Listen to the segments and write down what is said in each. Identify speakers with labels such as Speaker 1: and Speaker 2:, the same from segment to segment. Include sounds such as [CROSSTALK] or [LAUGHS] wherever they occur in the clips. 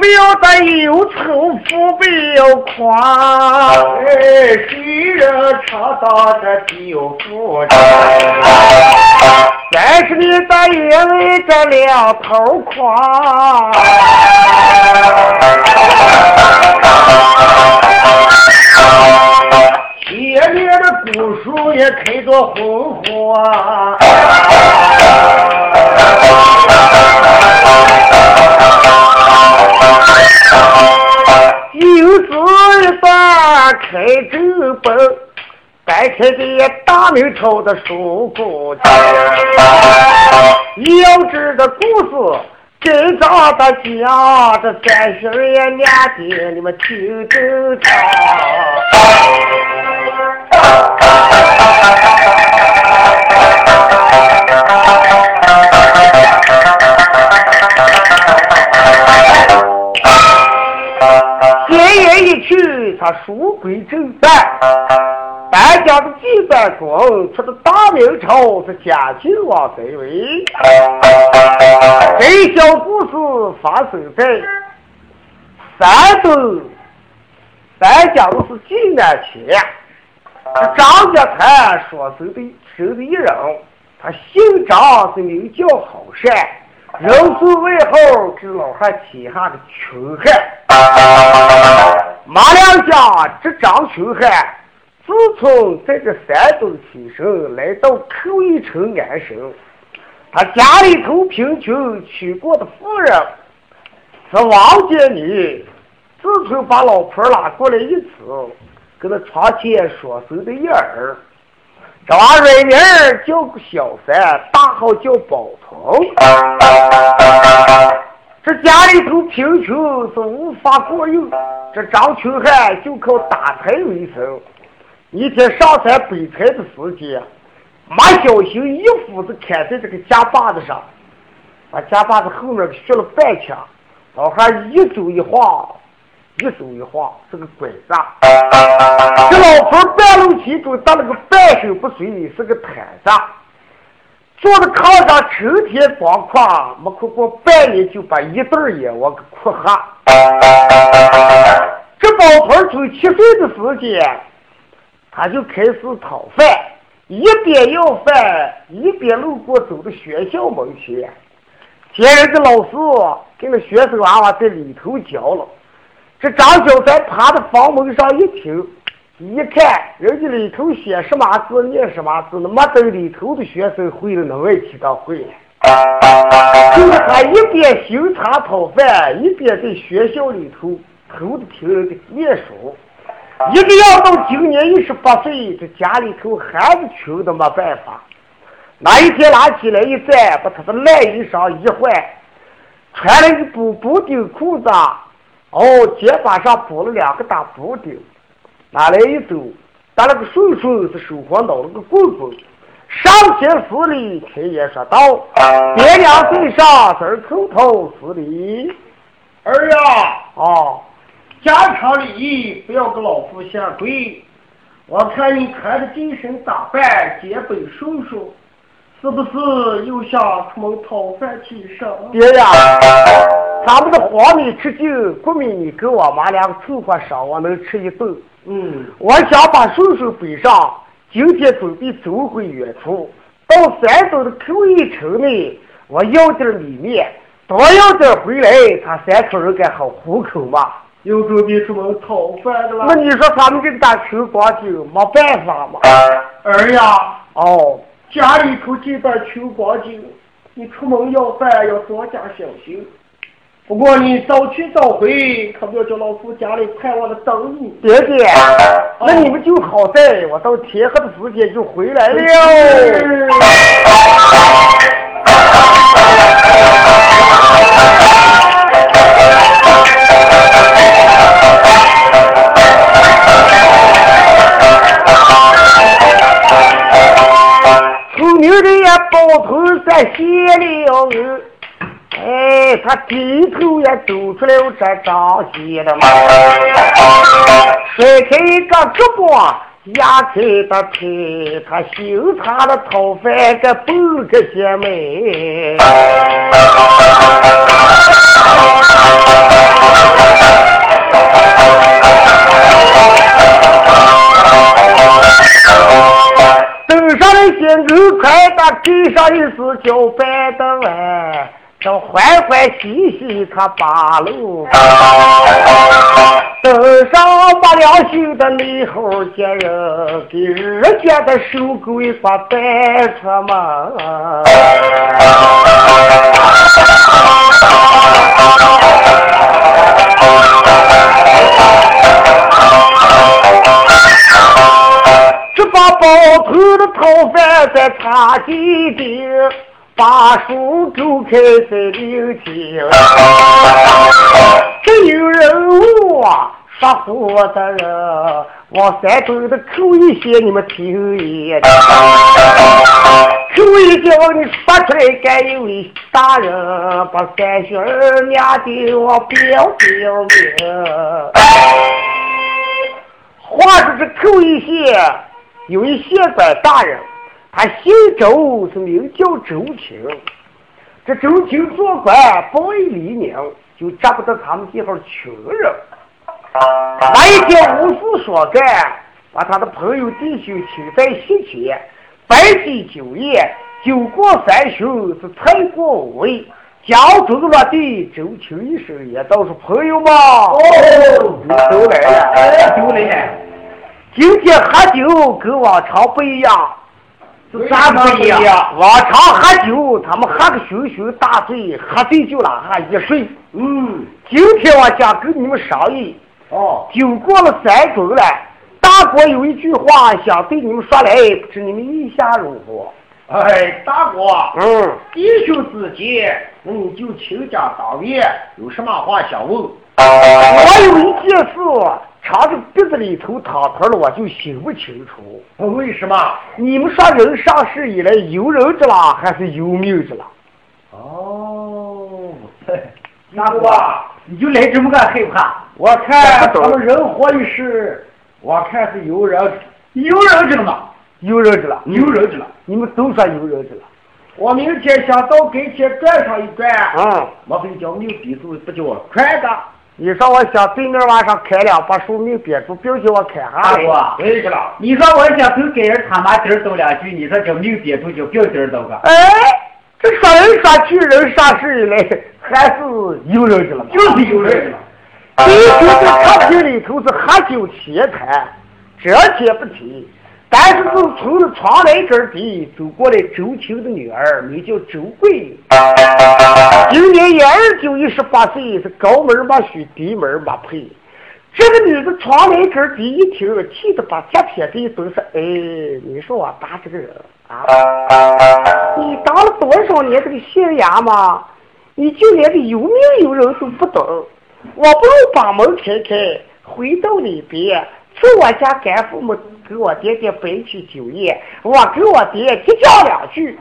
Speaker 1: 表的忧愁，不表狂。哎，谁人尝到这酒福茶？三十里的因为这两头狂。斜裂的古树也开着红花。有子一段开正本，该开的大明朝的书古今，要知的故事。真正的讲，这三十二年的你们听真唱。闲言一去，他书归正传。咱家的记载说，出的大明朝是嘉庆王谁为？这小故事发生在山东，咱家都是济南区。张家才说生的生的一人，他姓张，是名叫郝善，人是外号是老汉旗下的穷汉。马良家这张穷汉，自从在这山东起身，来到寇一城安生。他家里头贫穷，娶过的妇人是王家女。自从把老婆拉过来一次，跟他床前说生的一儿，这娃软名儿叫小三，大号叫宝通。这家里头贫穷是无法过用，这张群汉就靠打柴为生，一天上山背柴的时间。马小星一斧子砍在这个夹把子上，把夹把子后面削了半枪，老汉一走一晃，一走一晃是个拐杖。这老头半路其中搭了个半身不遂，是个瘫子，坐在炕上成天光哭，没哭过半年就把一对眼我给哭瞎。这老头从七岁的时间，他就开始讨饭。一边要饭，一边路过走到学校门前，前人的老师给那学生娃娃在里头教了。这张小三爬到房门上一听，一看人家里头写什么字念什么字，那没等里头的学生会了，那外头的会了。就是他一边行茶讨饭，一边在学校里头偷着听人的念书。一直要到今年一十八岁，这家里头还是穷的没办法。哪一天拿起来一站，把他的烂衣裳一换，穿了一补补丁裤子，哦，肩膀上补了两个大补丁，拿来一走，打了个顺顺是手活脑了个棍棍，上前施礼，开言说道：“爹娘在上，侄儿叩头施礼。”
Speaker 2: 儿呀，
Speaker 1: 哦。
Speaker 2: 家常礼仪，不要跟老夫下跪。我看你穿的这身打扮，肩背瘦瘦，是不是又想出门讨饭去上？
Speaker 1: 爹呀，咱们的黄米吃尽，谷米你给我妈两个凑合上，我能吃一顿。
Speaker 2: 嗯，
Speaker 1: 我想把顺顺背上，今天准备走回远处，到山东的口一城内，我要点米面，多要点回来，他三口人该好糊口嘛。
Speaker 2: 又准备出门讨饭的
Speaker 1: 那
Speaker 2: 了。
Speaker 1: 你说咱们这个大穷光景没办法嘛？
Speaker 2: 儿呀，
Speaker 1: 哦，
Speaker 2: 家里头这段穷光景，你出门要饭要多加小心。不过你早去早回，可不要叫老夫家里盼望着等你。
Speaker 1: 爹爹，那你们就好在我到天黑的时间就回来了。
Speaker 2: 是
Speaker 1: 村民的也抱头在县里哦，哎，他低头也走出了这张西的门，甩开一个胳膊，压开的腿，他行他的讨饭个蹦个姐妹。地上一只叫白灯哎，正欢欢喜喜他把路登上把良心的李猴接人，给人家的手鬼把掰扯嘛。这把包头的讨饭在茶几边，把书周开在领巾。这有人问我说胡的人，往山东的口音些你们听一听。口音叫你说出来，该有一大人把三旬儿娘的我表表明。话说这寇一县有一县管大人，他姓周，是名叫周青。这周青做官不为黎民，就抓不得他们地方穷人。那一天无事所干，把他的朋友弟兄请在席前，摆起酒宴，酒过三巡是菜过五味。脚趾子落地，周青一声也道是朋友嘛，
Speaker 2: 哦
Speaker 1: 你都来了。
Speaker 2: 丢了，
Speaker 1: 今天喝酒跟往常不一样，
Speaker 2: 是啥不一样？
Speaker 1: 往常喝酒他们喝个醺醺大醉，喝醉就拉哈一睡。
Speaker 2: 嗯，
Speaker 1: 今天我想跟你们商议，
Speaker 2: 哦，
Speaker 1: 酒过了三更了，大国有一句话想对你们说来，不知你们意下如何？
Speaker 2: 哎，大哥，
Speaker 1: 嗯，
Speaker 2: 弟兄之间，那你就请讲当面，有什么话想问？
Speaker 1: 我有一件事藏在鼻子里头淌淌了，我就心不清楚。
Speaker 2: 为什么？
Speaker 1: 你们说人上世以来有人之了还是有命之了？
Speaker 2: [LAUGHS] 哦，大哥，你就来这么个害怕？我
Speaker 1: 我不
Speaker 2: 看咱
Speaker 1: 懂
Speaker 2: 们人活一世，我看是有人，有人知道吗？
Speaker 1: 有人之了，
Speaker 2: 有人知道。
Speaker 1: 你们都说有人之了。
Speaker 2: 我明天想到跟前转上一转，
Speaker 1: 嗯，
Speaker 2: 我跟你讲，没有鼻子不叫我快的。
Speaker 1: 你说我想对面往上开两把树命憋住，别哎叫我开哈
Speaker 3: 大
Speaker 1: 来。
Speaker 3: 哥，
Speaker 2: 啊对去了，
Speaker 3: 你说我想跟给人他妈嘚儿斗两句，你说这命憋住就别嘚儿斗个，
Speaker 1: 哎，这说来说去，人上世以来还是有人去了嘛。
Speaker 3: 就是有人。
Speaker 1: 第一天在客厅里头是喝酒闲谈，这些不提。但是自从了床来这儿地走过来周青的女儿，名叫周桂英，今年也二九一十八岁，是高门马须，低门马配。这个女的床来这儿地一听，气得把脚撇地都是哎，你说我打这个人啊？你当了多少年这个县衙嘛？你就连个有名有人都不懂。我不如把门开开，回到里边，去我家干父母给我爹爹摆起酒宴，我跟我爹爹叫两句。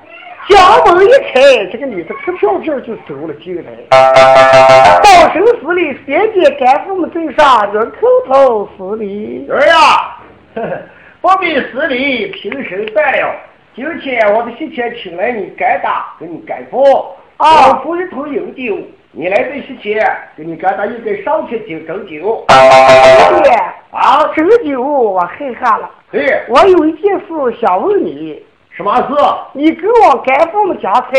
Speaker 1: 将门一开，这个女的哧飘飘就走了进来。到手死里，爹爹干父母镇上，人口头死里。
Speaker 2: 儿呀， [LAUGHS] 呵呵不必死礼，平身断了。今天我的西前请来你干打，给你干布。
Speaker 1: 啊
Speaker 2: 我不是头饮酒，你来对西前给你干打一根上千斤整酒。
Speaker 1: 爹爹，
Speaker 2: 啊，
Speaker 1: 这个酒我害怕了。
Speaker 2: 对，
Speaker 1: 我有一件事想问你，
Speaker 2: 什么事？
Speaker 1: 你给我干父母讲才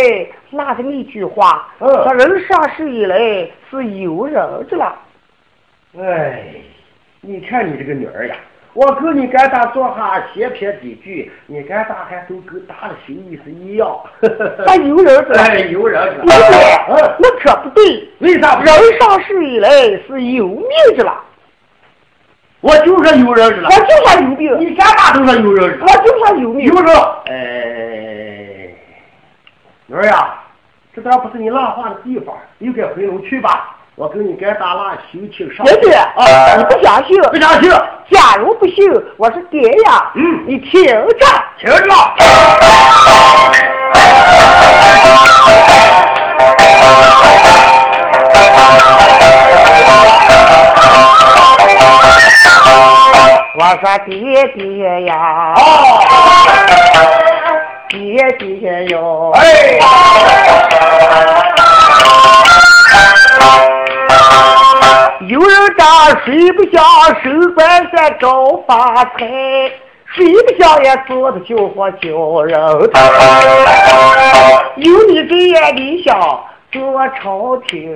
Speaker 1: 那这么一句话，
Speaker 2: 嗯
Speaker 1: 说人上世以来是有人的了。
Speaker 2: 哎，你看你这个女儿呀，我跟你干打做哈闲篇几句，你干打还都跟打的心意是一样。
Speaker 1: 那有人的了，
Speaker 2: 哎，有人
Speaker 1: 对不对
Speaker 2: 嗯，？
Speaker 1: 那可不对，
Speaker 2: 为啥不让？
Speaker 1: 人上世以来是有命的了，
Speaker 2: 我就说有人
Speaker 1: 我
Speaker 2: 是了。
Speaker 1: 就算有病，
Speaker 2: 嗯你干嘛都说有人是了
Speaker 1: 我？就算有
Speaker 2: 你
Speaker 1: 命
Speaker 2: 不。说，哎，女儿呀，这倒不是你浪话的地方，你该回楼去吧。我跟你该打蜡修请上。
Speaker 1: 姐姐，
Speaker 2: 啊，
Speaker 1: 你不相信？
Speaker 2: 不想去，
Speaker 1: 假如不信，我是爹呀，
Speaker 2: 嗯
Speaker 1: 你听着。
Speaker 2: 停着了。
Speaker 1: 我说爹爹呀，
Speaker 2: 哦
Speaker 1: 爹爹哟，
Speaker 2: 哎，
Speaker 1: 有人家睡不香，手管在找发财。谁不想也做的就活就人头。有你这样理想做朝廷，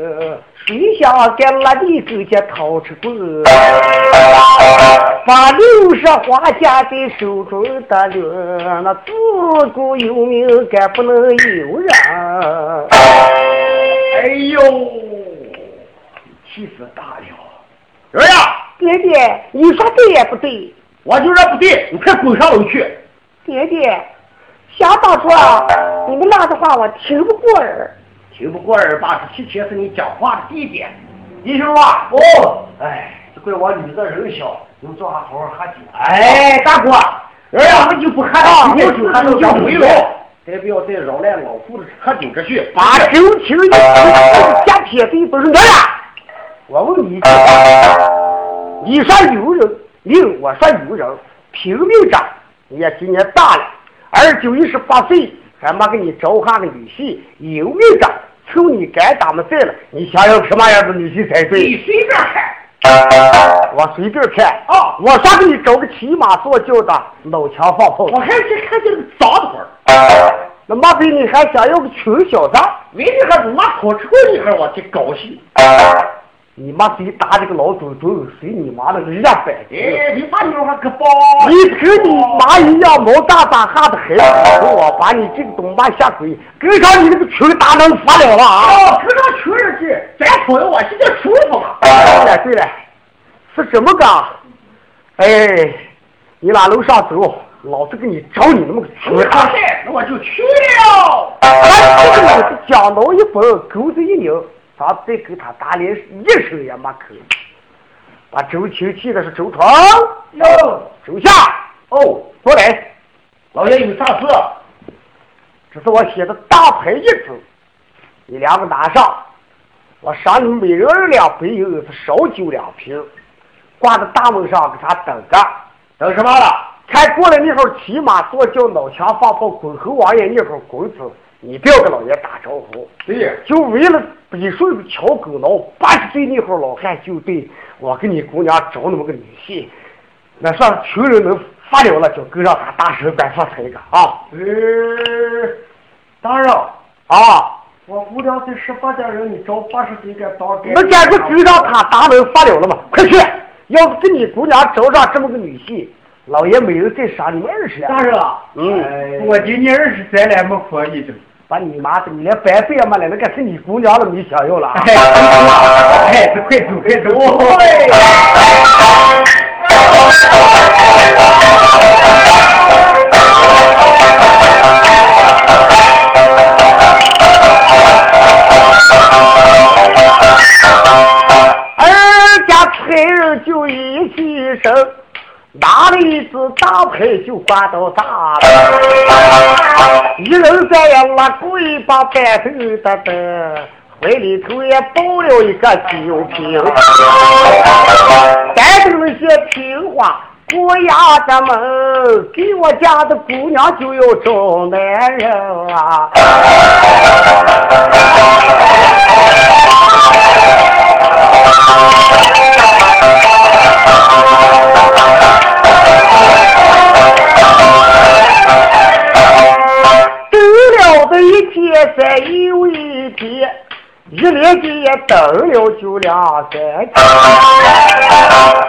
Speaker 1: 谁想给拉你勾结讨吃棍？把六十花夹在手中的抡，那自古有名该不能有人。
Speaker 2: 哎呦，气死大了！人呀，
Speaker 1: 爹爹，你说对也不对？
Speaker 2: 我就说不对，你快滚上楼去！
Speaker 1: 爹爹，想当初啊，你们那的话我听不过人儿。
Speaker 2: 听不过二八十七天是你讲话的地点，你说吧。哦，哎，这怪我女的人小，能做啥好好喝酒。
Speaker 3: 哎，大哥，
Speaker 2: 人呀，我就不喝了，没酒喝就想回楼，咱不要再扰乱老夫子喝酒之趣。
Speaker 1: 把手提一夹铁的不是我呀！我问你一句，你说有人，令我说有人，平民长，你也今年大了，二九一十八岁，还没给你找下个女婿，有命长，瞅你该打么事了，你想要什么样的女婿才对？
Speaker 2: 你随便喊。
Speaker 1: 我随便看
Speaker 2: 啊
Speaker 1: 我说给你找个骑马坐轿的老强放炮
Speaker 2: 我，还是看见个脏的活儿，
Speaker 1: 那麻烦你还想要个穷小子？
Speaker 2: 没这个拿口臭你还往这搞戏。
Speaker 1: 你妈谁打这个老祖宗，谁你妈那个一百斤？
Speaker 2: 哎，你把你话可包。
Speaker 1: 嗯你跟你妈一样毛大大哈的孩子，我把你这个东妈下鬼，跟上你那个穷大能发了了啊！
Speaker 2: 哦，平常穷日子，咱朋友啊，这叫舒服嘛。
Speaker 1: 对了对了，是这么个？哎，你往楼上走，老子给你找你那么个穷
Speaker 2: 我
Speaker 1: 大
Speaker 2: 当。然，那我就去了。
Speaker 1: 咱哎这个老子讲到一分，狗子一拧，咱再给他打脸一手也没扣。把周青气的是周成，
Speaker 2: 哟，
Speaker 1: 周下。
Speaker 2: 哦，
Speaker 1: 过来，
Speaker 2: 老爷有啥事？
Speaker 1: 这是我写的大牌一支，你两个拿上。我赏你每人两杯油，是烧酒两瓶，挂在大门上给他等着。
Speaker 2: 等什么了？
Speaker 1: 看过来那会儿骑马坐轿脑墙放炮滚猴王爷那会儿滚子，你不要跟老爷打招呼。
Speaker 2: 对，
Speaker 1: 就为了北顺的乔狗挠，八十岁那会儿老汉就对我跟你姑娘找那么个女婿，那算穷人能发了了，就跟上他大手敢发财一个啊
Speaker 3: 哎
Speaker 2: 呃，当然，
Speaker 1: 啊！
Speaker 2: 我姑娘这十八家人，你找八十几个当
Speaker 1: 那赶快追上他，打门发了了
Speaker 3: 嗯
Speaker 1: 嘛！快去！要是给你姑娘找上这么个女婿，老爷每人再赏你们二十两
Speaker 2: 大。人啊，
Speaker 1: 嗯
Speaker 2: 哎
Speaker 3: 我今年二十三了，没活你这。
Speaker 1: 把你妈的，你连白费也没了，那可是你姑娘了，你想要了啊！
Speaker 3: 哎，哎，快走快走！
Speaker 1: 哎二家差人就一起身，拿了一只大牌就挂到大门，一人在呀拉过一把白头的灯，怀里头也抱了一个酒瓶，带着那些瓶花。过衙的门，给我家的姑娘就要找男人啊！走了的一天再又一天，一连的也等了就两三天。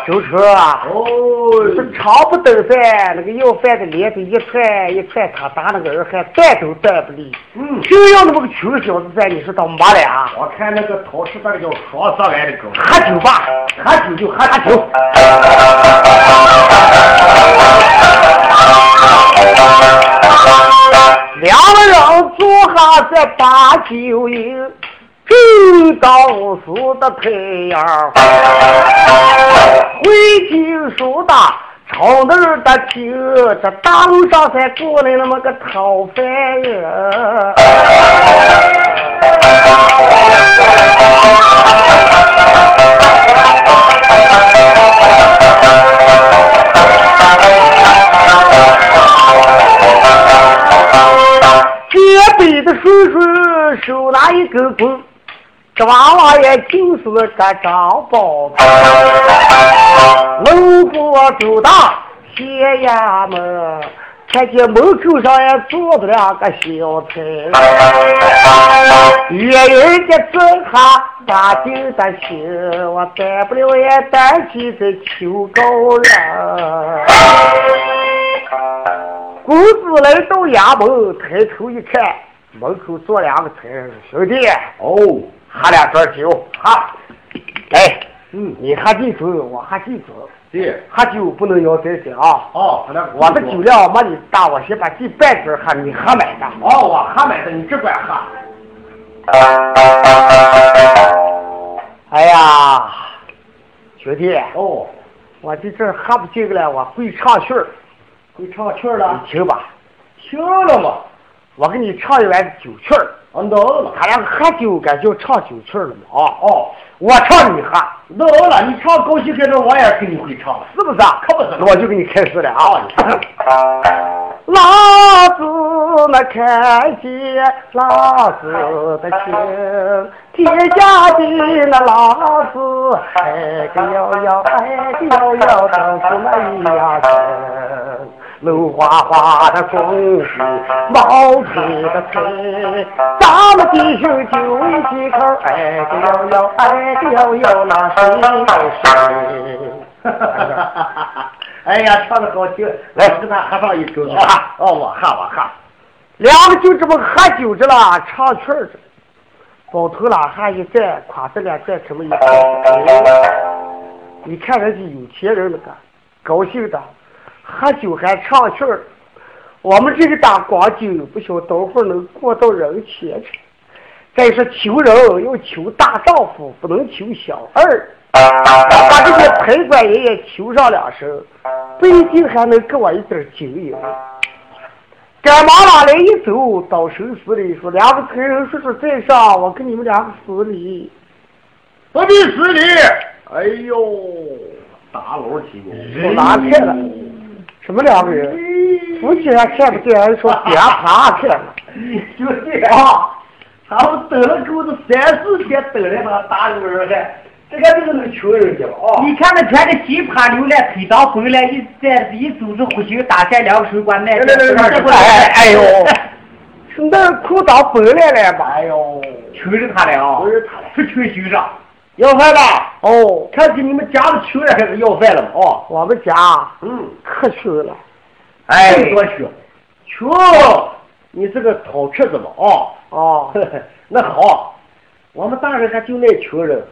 Speaker 1: 周车啊，
Speaker 2: 哦，
Speaker 1: 这长不等饭，那个要饭的连的一串一串，他打那个人还断都断不离。
Speaker 2: 嗯，
Speaker 1: 就要那么个穷小子在，你说他妈的啊！
Speaker 2: 我看那个陶氏那个叫双色来的狗，
Speaker 1: 喝酒吧，
Speaker 2: 喝酒就喝
Speaker 1: 喝酒。两个人坐下在把酒饮，正当时的太阳，挥金手的朝那儿的听，这大路上才过来那么个讨饭人。街北的叔叔手拿一根棍，这娃娃也就是个张宝子。路过周大街呀么，看见门口上也坐着两个小菜儿，一人家正哈打定的球，我担不了也担起这球高人。公子来到衙门，抬头一看，门口坐两个财人，兄弟，
Speaker 3: 哦，
Speaker 1: 喝两盅酒，哈，来，
Speaker 2: 嗯，
Speaker 1: 你喝几盅，我喝几盅。
Speaker 3: 对，
Speaker 1: 喝酒不能摇身水啊！
Speaker 2: 哦，他那个
Speaker 1: 我的酒量没你大，我先把这半瓶喝，你喝满的。
Speaker 2: 哦，我还买的，你只管喝。
Speaker 1: 哎呀，兄弟，
Speaker 2: 哦，
Speaker 1: 我这阵儿喝不进来，我会唱曲儿，
Speaker 2: 会唱曲儿了
Speaker 1: 你？听吧。
Speaker 2: 听了吗？
Speaker 1: 我给你唱一碗酒曲儿，
Speaker 2: 啊，能了。
Speaker 1: 咱俩喝酒该叫唱酒曲儿了嘛啊！
Speaker 2: 哦，
Speaker 1: 我唱你喝，
Speaker 2: 能了。你唱高兴跟着我也给你会唱了。 [LAUGHS]
Speaker 1: 是不是啊？
Speaker 2: 可不是
Speaker 1: 那我就给你开始了啊！老子那看见老子的情，天下的那老子哎个摇摇哎个摇摇的出那一呀声，楼花花的公鸡，毛皮的腿，咱们弟兄就一起口哎个摇摇哎个摇摇那谁谁。
Speaker 2: 哎呀，唱的好听，
Speaker 1: 来
Speaker 2: 我跟他合唱一首去
Speaker 1: 啊。
Speaker 2: 哦，我哈我哈。
Speaker 1: 两个就这么喝酒着了，唱曲儿着，抱头拉下一站，挎着两站什么一站，你看人家有钱人那个，高兴的，喝酒还唱曲儿。我们这个打广酒，不晓得等会儿能过到人前去。再说求人要求大丈夫，不能求小二。我把这个陪管爷爷求上两声，不一定还能给我一点酒饮。赶忙往来一走，到手死里说：“两个财神叔叔在上，我跟你们两个死礼。
Speaker 2: 不必死礼。哎呦，打楼梯呢？
Speaker 1: 我拿菜了，什么两个人？夫妻还看不见，还说点爬看了。
Speaker 2: 兄弟啊，他们等了够子三四天，等了他打个人还，这个就是能求人家了啊。
Speaker 3: 你看那穿着鸡扒溜来腿当回来，一站一组织胡须打下两个手管那
Speaker 2: 来来来来
Speaker 1: 哎哎呦，那裤裆崩来了吧？
Speaker 2: 哎呦，
Speaker 3: 求着他了啊
Speaker 2: 不，是他了，
Speaker 3: 是求修上，
Speaker 2: 要饭吧？
Speaker 1: 哦，
Speaker 2: 看给你们家的求人还是要饭了嘛啊？
Speaker 1: 我们家
Speaker 2: 嗯，
Speaker 1: 可穷了。
Speaker 3: 哎
Speaker 2: 这么多求，求，你是个好吃子嘛啊？
Speaker 1: 哦，
Speaker 2: [LAUGHS] 那好，我们大人还就那穷人，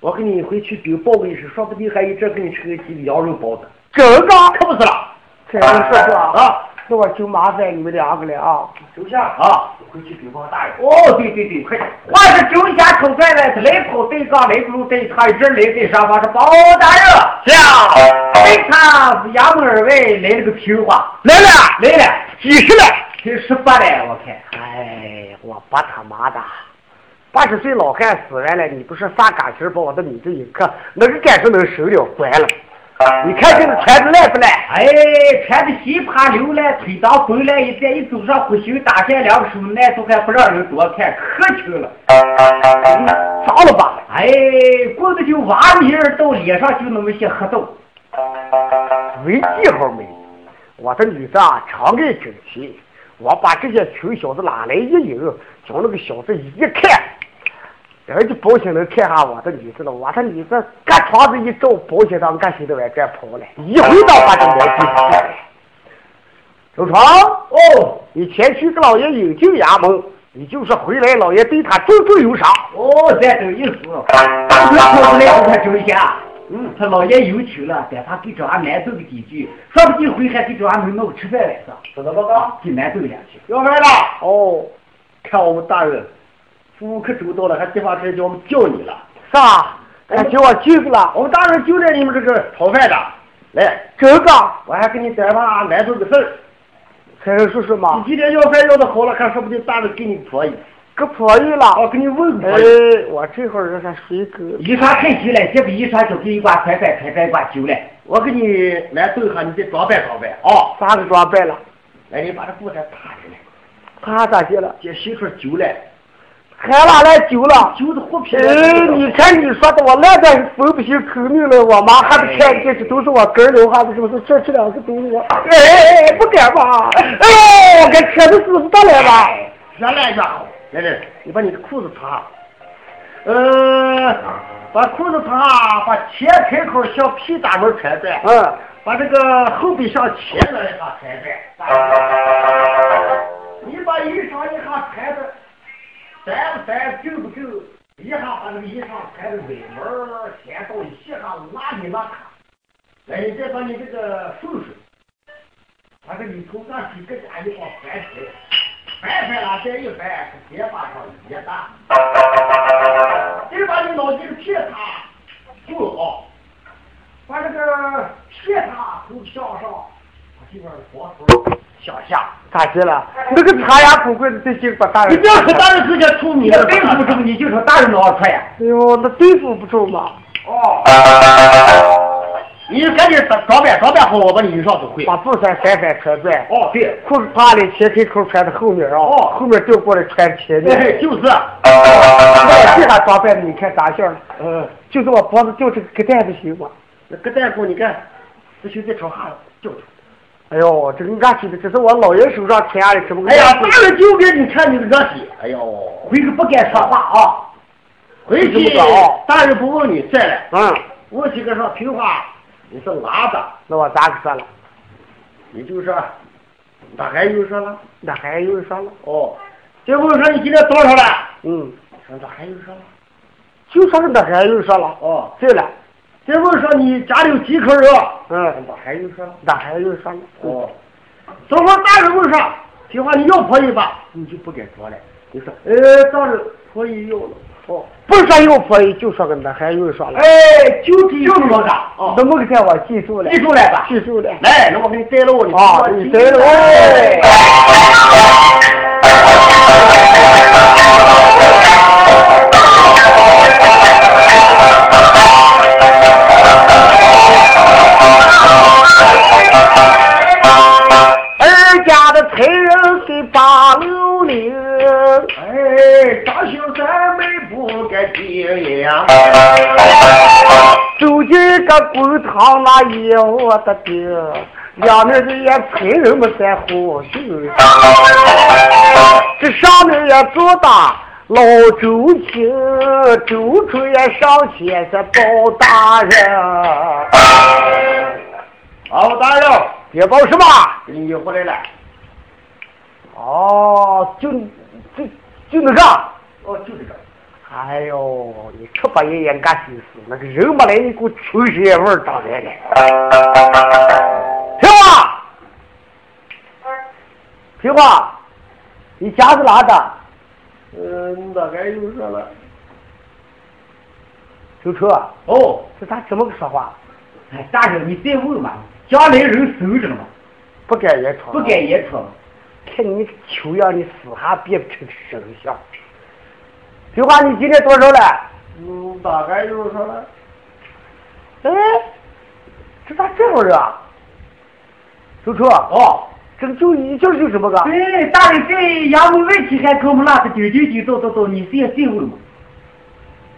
Speaker 2: 我给你回去禀报个一声，说不定还一阵给你吃个鸡羊肉包子，
Speaker 1: 真的？
Speaker 2: 可不是了
Speaker 1: 财神叔叔啊，
Speaker 2: 啊！
Speaker 1: 那我就麻烦你们两个了啊。
Speaker 2: 手下啊，回去禀报大人。
Speaker 3: 哦，对对对，快点！话是周家口转来，他来跑对杠，来不如对他一阵来对啥方是包大人，
Speaker 2: 啊
Speaker 1: 下
Speaker 3: 对他是衙门二外来了个平花，
Speaker 1: 来了，
Speaker 3: 来了，
Speaker 1: 几十了。
Speaker 3: 这十八了，我看。
Speaker 1: 哎，我把他妈的！八十岁老汉死完了，你不是撒感情把我的米子一磕，那个感情能受了？管了！你看这个穿的赖不赖？
Speaker 3: 哎，穿的稀爬溜来，腿当回来一站，一走上胡须打下两手，那都还不让人多看，可求了。
Speaker 1: 脏了吧？
Speaker 3: 哎，棍子就挖米儿到脸上就那么些黑豆。
Speaker 1: 没记号没？我的女子啊，常爱整齐。我把这些穷小子拉来一引，叫那个小子一看，人家保险能看下我的女子了。我的女子搁床子一照，保险当干谁都往这跑了，一回到把这毛病出来。周成，
Speaker 2: 哦
Speaker 1: 你前去给老爷引进衙门，你就是回来，老爷对他重重有赏。
Speaker 3: 哦，这都意思。大哥跑出来给他周一下，嗯，他老爷有求了，但他给找俺难斗个几句，说不定回还给找俺们弄个吃饭来着，
Speaker 2: 知道报告，
Speaker 3: 给难斗两句。
Speaker 2: 要饭了。
Speaker 1: 哦，
Speaker 2: 看我们大人，服务可周到了，还地方这叫我们叫你了。
Speaker 1: 是吧？那叫我进去了，
Speaker 2: 我们大人就在你们这个讨饭的，来，
Speaker 1: 真的，
Speaker 2: 我还给你再把难做个事儿。
Speaker 1: 财神叔叔
Speaker 2: 你
Speaker 1: 嘛，
Speaker 2: 今天要饭要的好了，还说不定大人给你婆姨，
Speaker 1: 可便宜了。
Speaker 2: 啊，给你问
Speaker 1: 哎
Speaker 2: 婆姨。，
Speaker 1: 我这会儿还水狗。
Speaker 3: 一刷开心了，这不一刷就给一挂团饭，团饭一挂酒了。
Speaker 1: 哎
Speaker 2: 我给你来炖哈，你再装扮装扮啊！
Speaker 1: 咋个装扮了？
Speaker 2: 哎来，你把这布袋打起来，
Speaker 1: 他咋的了？
Speaker 2: 先洗出酒来，
Speaker 1: 还拿来酒了。
Speaker 2: 揪的活皮了。
Speaker 1: 哎，你看你说的，我那点分不清口命了，我妈还不看，这是都是我根儿流汗的，是不是？这这两个都是我。哎，不敢吧？哎，我给车子师傅带来吧。
Speaker 2: 原来家伙，来来，
Speaker 1: 哎
Speaker 2: 你把你的裤子擦，呃，把裤子擦，把前腿口向屁大门踩断，
Speaker 1: 嗯，
Speaker 2: 把这个后背向前了一下踩
Speaker 1: 哦
Speaker 2: 断，你把衣裳一下踩的，窄不窄，够不够？一下把这个衣裳踩的尾门儿前到一下拉里拉卡，来，你再把你这个缝水，把这里头那几个家一往翻起来。翻翻了，这一翻，是结巴上一大，这把你脑筋撇他，不牢，把这个撇他从向上，把这边的左腿向下。
Speaker 1: 咋的了？那个擦牙口棍的最近把大人。
Speaker 2: 人直接冲
Speaker 3: 你这对付不住，你就说大人啊脑出呀。
Speaker 1: 哎呦，那对付不住嘛，
Speaker 2: 哦，你赶紧装装扮装扮好，我把你衣裳都会。
Speaker 1: 把布衫翻翻扯断，
Speaker 2: 哦，对，
Speaker 1: 裤子扒里前腿口穿到后面啊，
Speaker 2: 哦
Speaker 1: 后面调过来穿前面。
Speaker 2: 哎，就是，
Speaker 1: 外地还装扮的，你看咋样？
Speaker 2: 嗯，
Speaker 1: 就是我脖子吊这个疙瘩的行吗？
Speaker 2: 那个大夫，你看，这兄弟朝下叫出。
Speaker 1: 哎呦，这个俺起的，这是我姥爷手上传下来，可不可
Speaker 2: 哎
Speaker 1: 以？
Speaker 2: 呀，大人就给你看你的热血，哎呦。
Speaker 3: 回去不该说话啊。
Speaker 2: 回去大人不问你事了。
Speaker 1: 嗯，
Speaker 2: 我几个说平话，你是哪的？
Speaker 1: 那我咋个说了？
Speaker 2: 你就说，哪还有说了？
Speaker 1: 那还有人说了？
Speaker 2: 哦，结果说你今天多少了？
Speaker 1: 嗯，
Speaker 2: 你说哪还有说了？
Speaker 1: 就说是那还有人说了。
Speaker 2: 哦，
Speaker 1: 对了，
Speaker 2: 结果说你家里有几口人？
Speaker 1: 嗯，
Speaker 2: 哪还有说了？
Speaker 1: 那还有人说了？
Speaker 2: 哦，等会儿大人问上，平话你要婆姨吧？你就不敢说了。你说，
Speaker 1: 嗯
Speaker 2: 呃，大人婆姨要了。哦，
Speaker 1: 不说有婆姨，就说个那还有人说了。
Speaker 2: 哎，就这
Speaker 3: 就这
Speaker 2: 就这
Speaker 3: 么
Speaker 2: 么
Speaker 3: 个
Speaker 2: 大。哦，
Speaker 1: 那么给我记住了
Speaker 2: 记，住来吧。
Speaker 1: 记住了。
Speaker 2: 来，那我给你摘喽，你
Speaker 1: 啊，你得了，哎，儿家的财人给八六零，
Speaker 2: 哎，张秀咱们不该听呀，
Speaker 1: 走进个滚堂那一窝的丁，两面的也财人们在呼吁。这上面也做大老周青，周春也上前这包大人，
Speaker 2: 好大人，
Speaker 1: 别包什么？
Speaker 2: 给你回来了。
Speaker 1: 哦，就就就那个。
Speaker 2: 哦，就这个。
Speaker 1: 哎呦，你可把人眼干心思，那个人没来，你给我臭屎也味儿当来了，听话，听话，你家是哪的？
Speaker 2: 嗯，大概就说了。
Speaker 1: 周车，
Speaker 3: 哦，
Speaker 1: 这咋这么个说话？
Speaker 3: 哎，大人你别问嘛，家里人守着呢嘛，
Speaker 1: 不敢言传，
Speaker 3: 不该也说嘛。
Speaker 1: 看你这球样，你死还憋不成神像。菊花，你今年多少了？
Speaker 2: 嗯，大概就说了。
Speaker 1: 哎，这咋这会儿啊？周车，哦，这个就一劲儿就这么个。
Speaker 3: 哎，大人这衙门问题还跟我们拉的丢丢丢走走走，你是也别问嘛。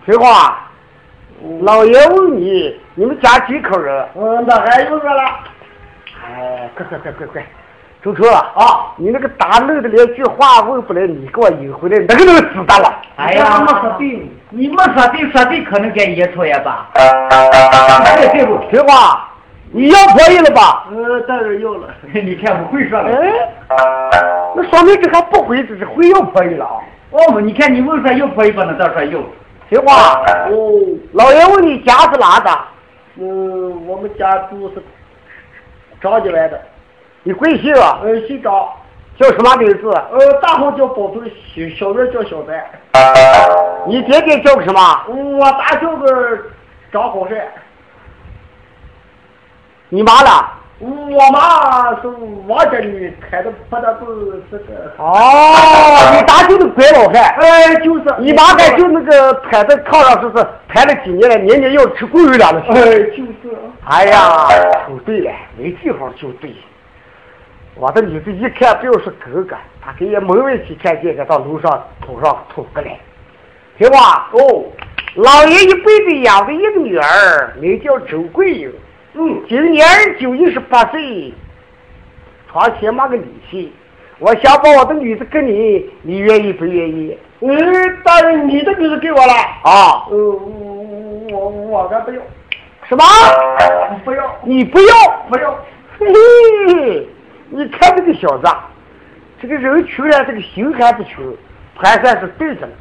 Speaker 1: 菊花，老爷问你，你们家几口人？
Speaker 2: 嗯，大概就说了。
Speaker 1: 哎，快快快快快！周车啊，你那个打漏的连句话问不来，你给我引回来，那个都死蛋了。
Speaker 3: 哎呀，
Speaker 2: 没说
Speaker 3: 对，你没说对，说对可能该也错呀吧？别别问，
Speaker 1: 菊花，你要婆姨了吧？
Speaker 2: 呃，大人要了。
Speaker 3: 你看不会说了。
Speaker 1: 哎，那说明这还不回，只是回要婆姨了啊。
Speaker 3: 哦，你看你问说又婆一把能到说又，
Speaker 1: 菊花，
Speaker 2: 哦，
Speaker 1: 老爷问你家是哪的？
Speaker 2: 嗯，我们家住是张家湾的，
Speaker 1: 你贵姓啊？
Speaker 2: 呃，姓张，
Speaker 1: 叫什么名字？
Speaker 2: 呃，大号叫宝头，小小名叫小白。
Speaker 1: 你爹爹叫什么？
Speaker 2: 我大舅子张好帅。
Speaker 1: 你妈了？
Speaker 2: 我妈是王家里开的破大铺，是个，
Speaker 1: 哦，你大舅子拐老汉。
Speaker 2: 哎，就是
Speaker 1: 你妈在就那个摊在炕上，说是摊了几年了，年年要吃狗油粮的。
Speaker 2: 哎，就是，
Speaker 1: 哎呀，瞅对了，没地方就对。我的女子一看，不要说哥哥，她给人门外去看见，给到楼上头上吐个来。是吧？
Speaker 2: 哦，
Speaker 1: 老爷一辈子养的一个女儿，名叫周桂英，
Speaker 2: 嗯，
Speaker 1: 今年九十八岁，床前骂个李戏。我想把我的女子给你，你愿意不愿意？
Speaker 2: 嗯，大人，你的名字给我了。
Speaker 1: 啊？
Speaker 2: 呃，我我的不要，
Speaker 1: 什么？
Speaker 2: 哎不要，
Speaker 1: 你不要？
Speaker 2: 不要，
Speaker 1: 嘿，你看这个小子，啊这个人穷了，这个心还是穷，盘算是对着呢。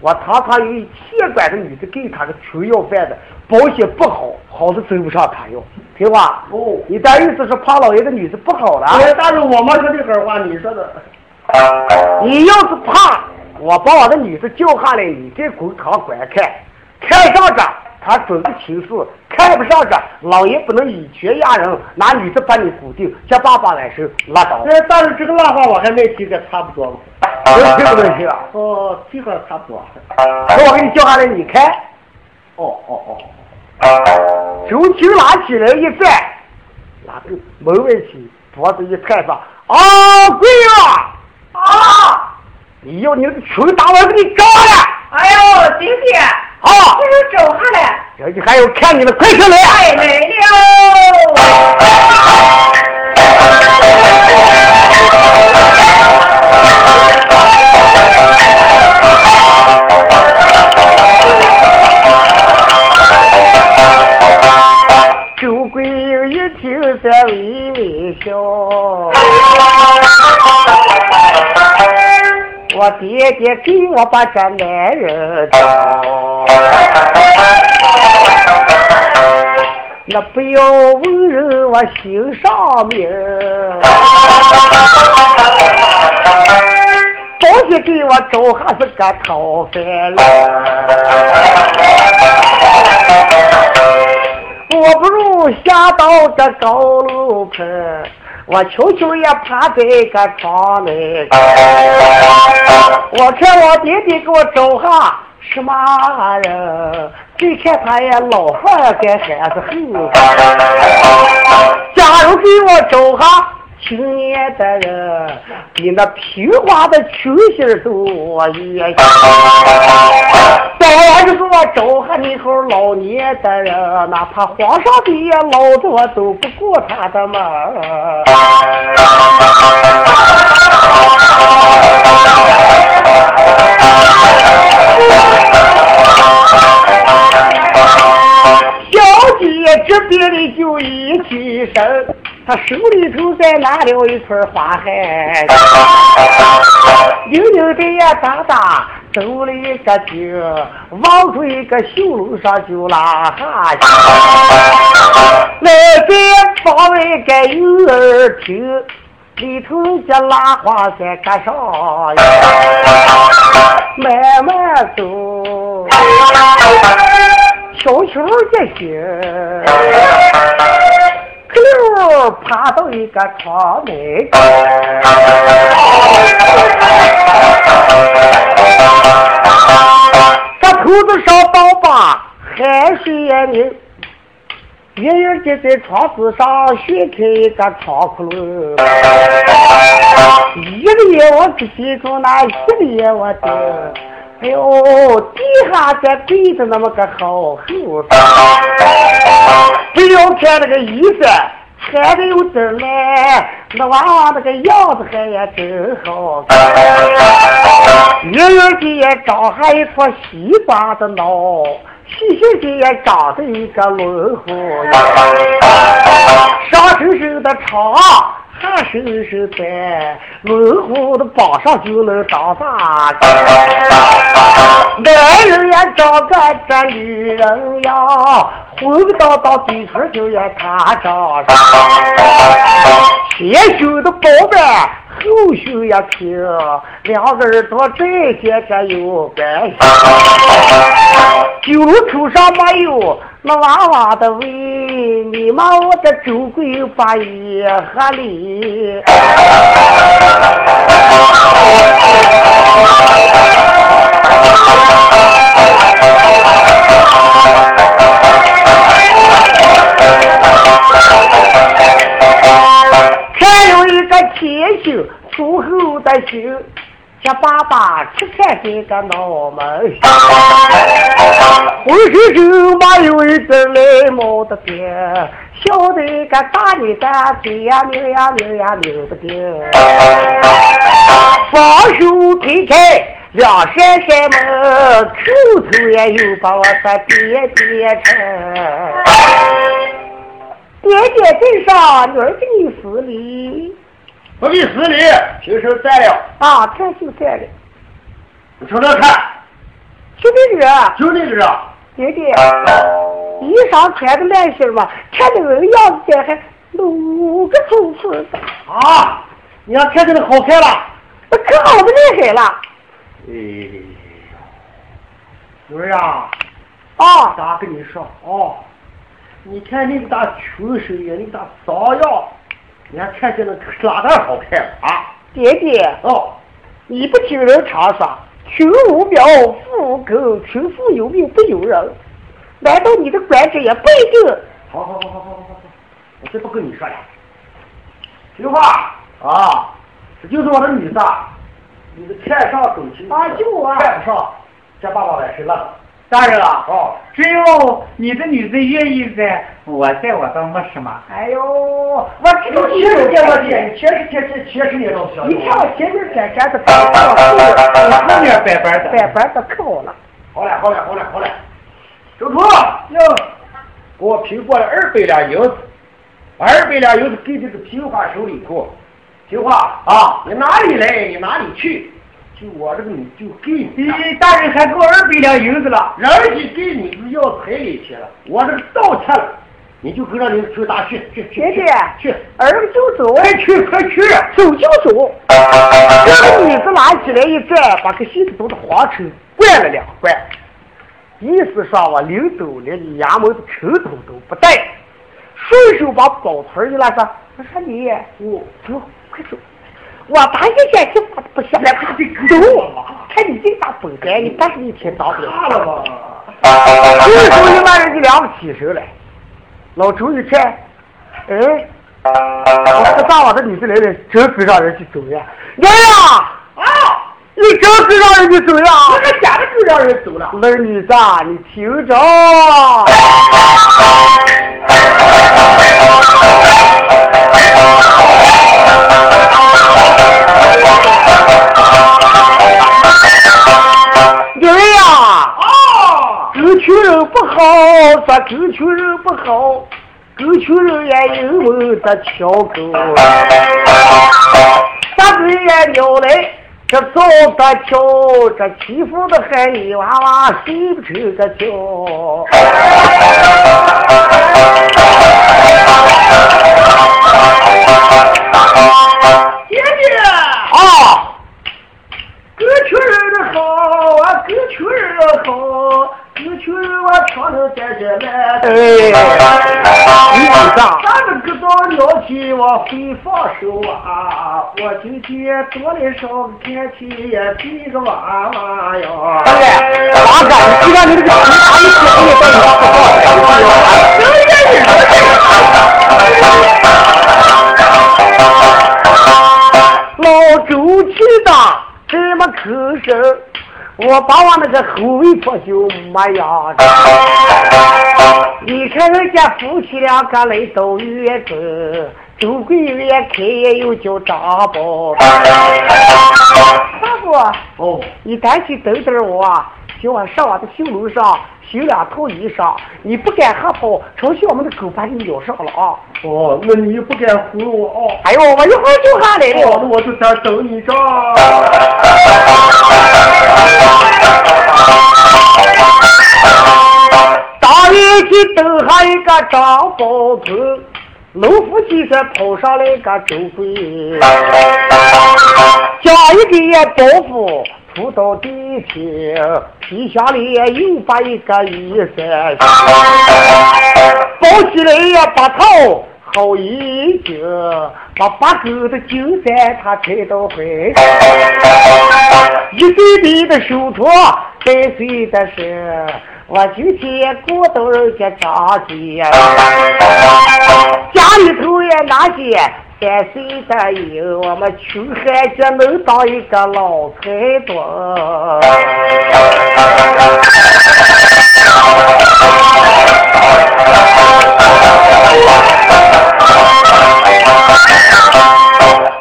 Speaker 1: 我堂堂有一县管的女的，给他个穷要饭的，保险不好，好是追不上他要，听话。
Speaker 2: 哦
Speaker 1: 你的意思是怕老爷的女子不好了？
Speaker 2: 哎，但是我妈说这狠话，你说的，
Speaker 1: 你要是怕，我把我的女子叫下来，你这公堂观看，看上着他准是情事，看不上着老爷不能以权压人，拿女子把你固定，叫爸爸来收拉倒。
Speaker 2: 哎，但是这个烂话我还没提个差不多，
Speaker 1: 能听不能听啊？
Speaker 2: 哦，提个差不多，
Speaker 1: 那我给你叫下来，你看，
Speaker 2: 哦哦哦，
Speaker 1: 手球拿起来一站，拿个门外去，脖子一探上，啊，贵啊，啊！你要你那个球打我，给你搞了
Speaker 4: 哎呦，弟弟，
Speaker 1: 啊
Speaker 4: 这！是走下来，
Speaker 1: 人家还要看你的，快起来！
Speaker 4: 太美
Speaker 1: 周桂英一听在微笑，我爹爹给我把这男人找，那不要问人我心上面，早些给我找还是个讨饭了。我不如下到这高楼旁，我悄悄也趴在个床内，我看我爹爹给我找哈什么人，再看他也老汉儿该还是后生。假如给我找哈青年的人，比那贫乏的穷心儿多哎一些。再然就给我找哈那号老年的人，哪怕皇上的也老多都不过他的门儿。小姐这边的就一起身，她手里头再拿了一串花海，溜溜的呀哒哒走了一个劲儿，往出一个绣楼上就拉哈去。来这房外个有儿听，里头这拉花在个上呀，慢慢走。悄悄的行，可溜爬到一个床内，这头子上刀疤还睡眼明，远远的在床子上寻开一个窗窟窿，一个眼我只记住那一个眼我的。哎呦，地下这对着那么个好后生，不要看那个衣裳穿的有点烂，那娃娃那个样子还也真好看。圆圆的也长还一撮西瓜的脑，细细的也长着一个轮廓呀。上身身的长，下身身短，轮廓的绑上就能长大。男人呀，长个这女人呀，混个当当嘴唇就要他长上。前胸的饱满，后胸也平，两个人多这些这有关系。酒楼口上没有那娃娃的味，你妈我的酒鬼把夜喝里。看有一个前胸，从后的胸，这爸爸吃开这个脑门，浑身就嘛有一阵来冒的边，小的个大女的腿呀扭呀扭呀扭不定，双手推开两扇扇门，口头也又把我的爹爹称。爹爹镇上，女儿给你死礼
Speaker 2: 不必死礼，平时在了。
Speaker 1: 啊，看就这里，
Speaker 2: 你瞅瞅看，
Speaker 1: 就这里啊，
Speaker 2: 就那个人，
Speaker 1: 爹爹，衣裳穿的烂些嘛，看那个样子的还露个头子的，
Speaker 2: 啊，你看看这个好看了。
Speaker 1: 那可好的厉害了
Speaker 2: 哎，女儿啊，
Speaker 1: 啊！
Speaker 2: 咋跟你说哦？你看那个大穷手呀，那个大脏样，你还看见了哪点好看了啊？
Speaker 1: 爹爹，
Speaker 2: 哦，
Speaker 1: 你不听人常说，穷无苗，富无根，穷富有命不由人，难道你的官职也不一定？
Speaker 2: 好好好好好好好，我这不跟你说了。菊花啊，这就是我的女子，你的看上走亲
Speaker 1: 啊就我
Speaker 2: 看不上，这爸爸来谁了？
Speaker 3: 大人啊，
Speaker 2: 哦，
Speaker 3: 只要你的女子愿意在，我在我倒没什么。
Speaker 1: 哎呦，我
Speaker 2: 这
Speaker 1: 知
Speaker 2: 都
Speaker 1: 道
Speaker 2: 七十见过见，前十天前前十年都小。
Speaker 1: 一看前面站站的白胖瘦
Speaker 3: 我哎后面白班的，
Speaker 1: 白白的可好了。
Speaker 2: 好嘞，好嘞，好嘞，好嘞。周通，哟，给我平过来二百两银子，把二百两银子给这个平花手里头。平花啊，你哪里来，你哪里去，就我这个你就给你。
Speaker 3: 咦，大人还给我二百两银子了。
Speaker 2: 人家给你是要彩礼去了，我这个道歉了，你就跟着你去打去去去
Speaker 1: 姐姐
Speaker 2: 去，
Speaker 1: 儿子就走，
Speaker 2: 快去快去！啊
Speaker 1: 走就走。这个女子拿起来一拽，把个西子头的黄车灌了两灌，意思上
Speaker 2: 啊
Speaker 1: 我临走连你衙门的口头都不带，顺手把宝盆一拉上，我说你，我走，快走。我打一下就把不下来，快走！啊看你这大本该，你但是一天打不
Speaker 2: 怕了吧？
Speaker 1: 这时候一般人就量不起手来。老周一看，哎，我这大碗的女子来了，真够让人去走呀！娘呀，啊，你真够让人去走呀！
Speaker 2: 这假的就让人走了。
Speaker 1: 那女子啊，你听着，女儿呀，
Speaker 2: 啊！
Speaker 1: 狗群人不好，这狗群人不好，狗群人也有我这小狗，啥子也鸟来，这造的巧，这欺负的孩你娃娃睡不着个觉。
Speaker 2: 姐姐。
Speaker 1: 啊，
Speaker 2: 歌曲儿的好啊，歌曲儿的好，歌曲儿我唱的再见来。
Speaker 1: 哎，你女子啊，
Speaker 2: 咱们各到鸟去往回放手啊！我今天多了少个天气也比个娃娃呀。
Speaker 1: 对，哪敢？你看你这个皮啥意思？你也带你到不好。哎老周气的这么吭声，我把我那个后尾破就没压着。你看人家夫妻两个来到月子，周桂月开也又叫张宝。大夫，
Speaker 2: 哦，
Speaker 1: 你赶紧等等我，啊！叫我上我的新楼上修两套衣裳。你不敢还跑，程序我们的狗把你咬上了啊！
Speaker 2: 哦，那你不敢糊弄我哦。
Speaker 1: 哎呦，我一会儿就下来
Speaker 2: 哦，
Speaker 1: 了
Speaker 2: 那。我就在等你着。
Speaker 1: 大一去等下一个张宝坤，老夫妻这跑上来个周贵，将一个也包袱铺到地平，皮箱里又把一个衣衫，包起来也把套。好衣襟，把八哥的金衫他拆到怀上。一岁你的手镯，三岁的是我今天过到人家张家，家里头也拿些三岁的有，我们穷孩子能当一个老财主。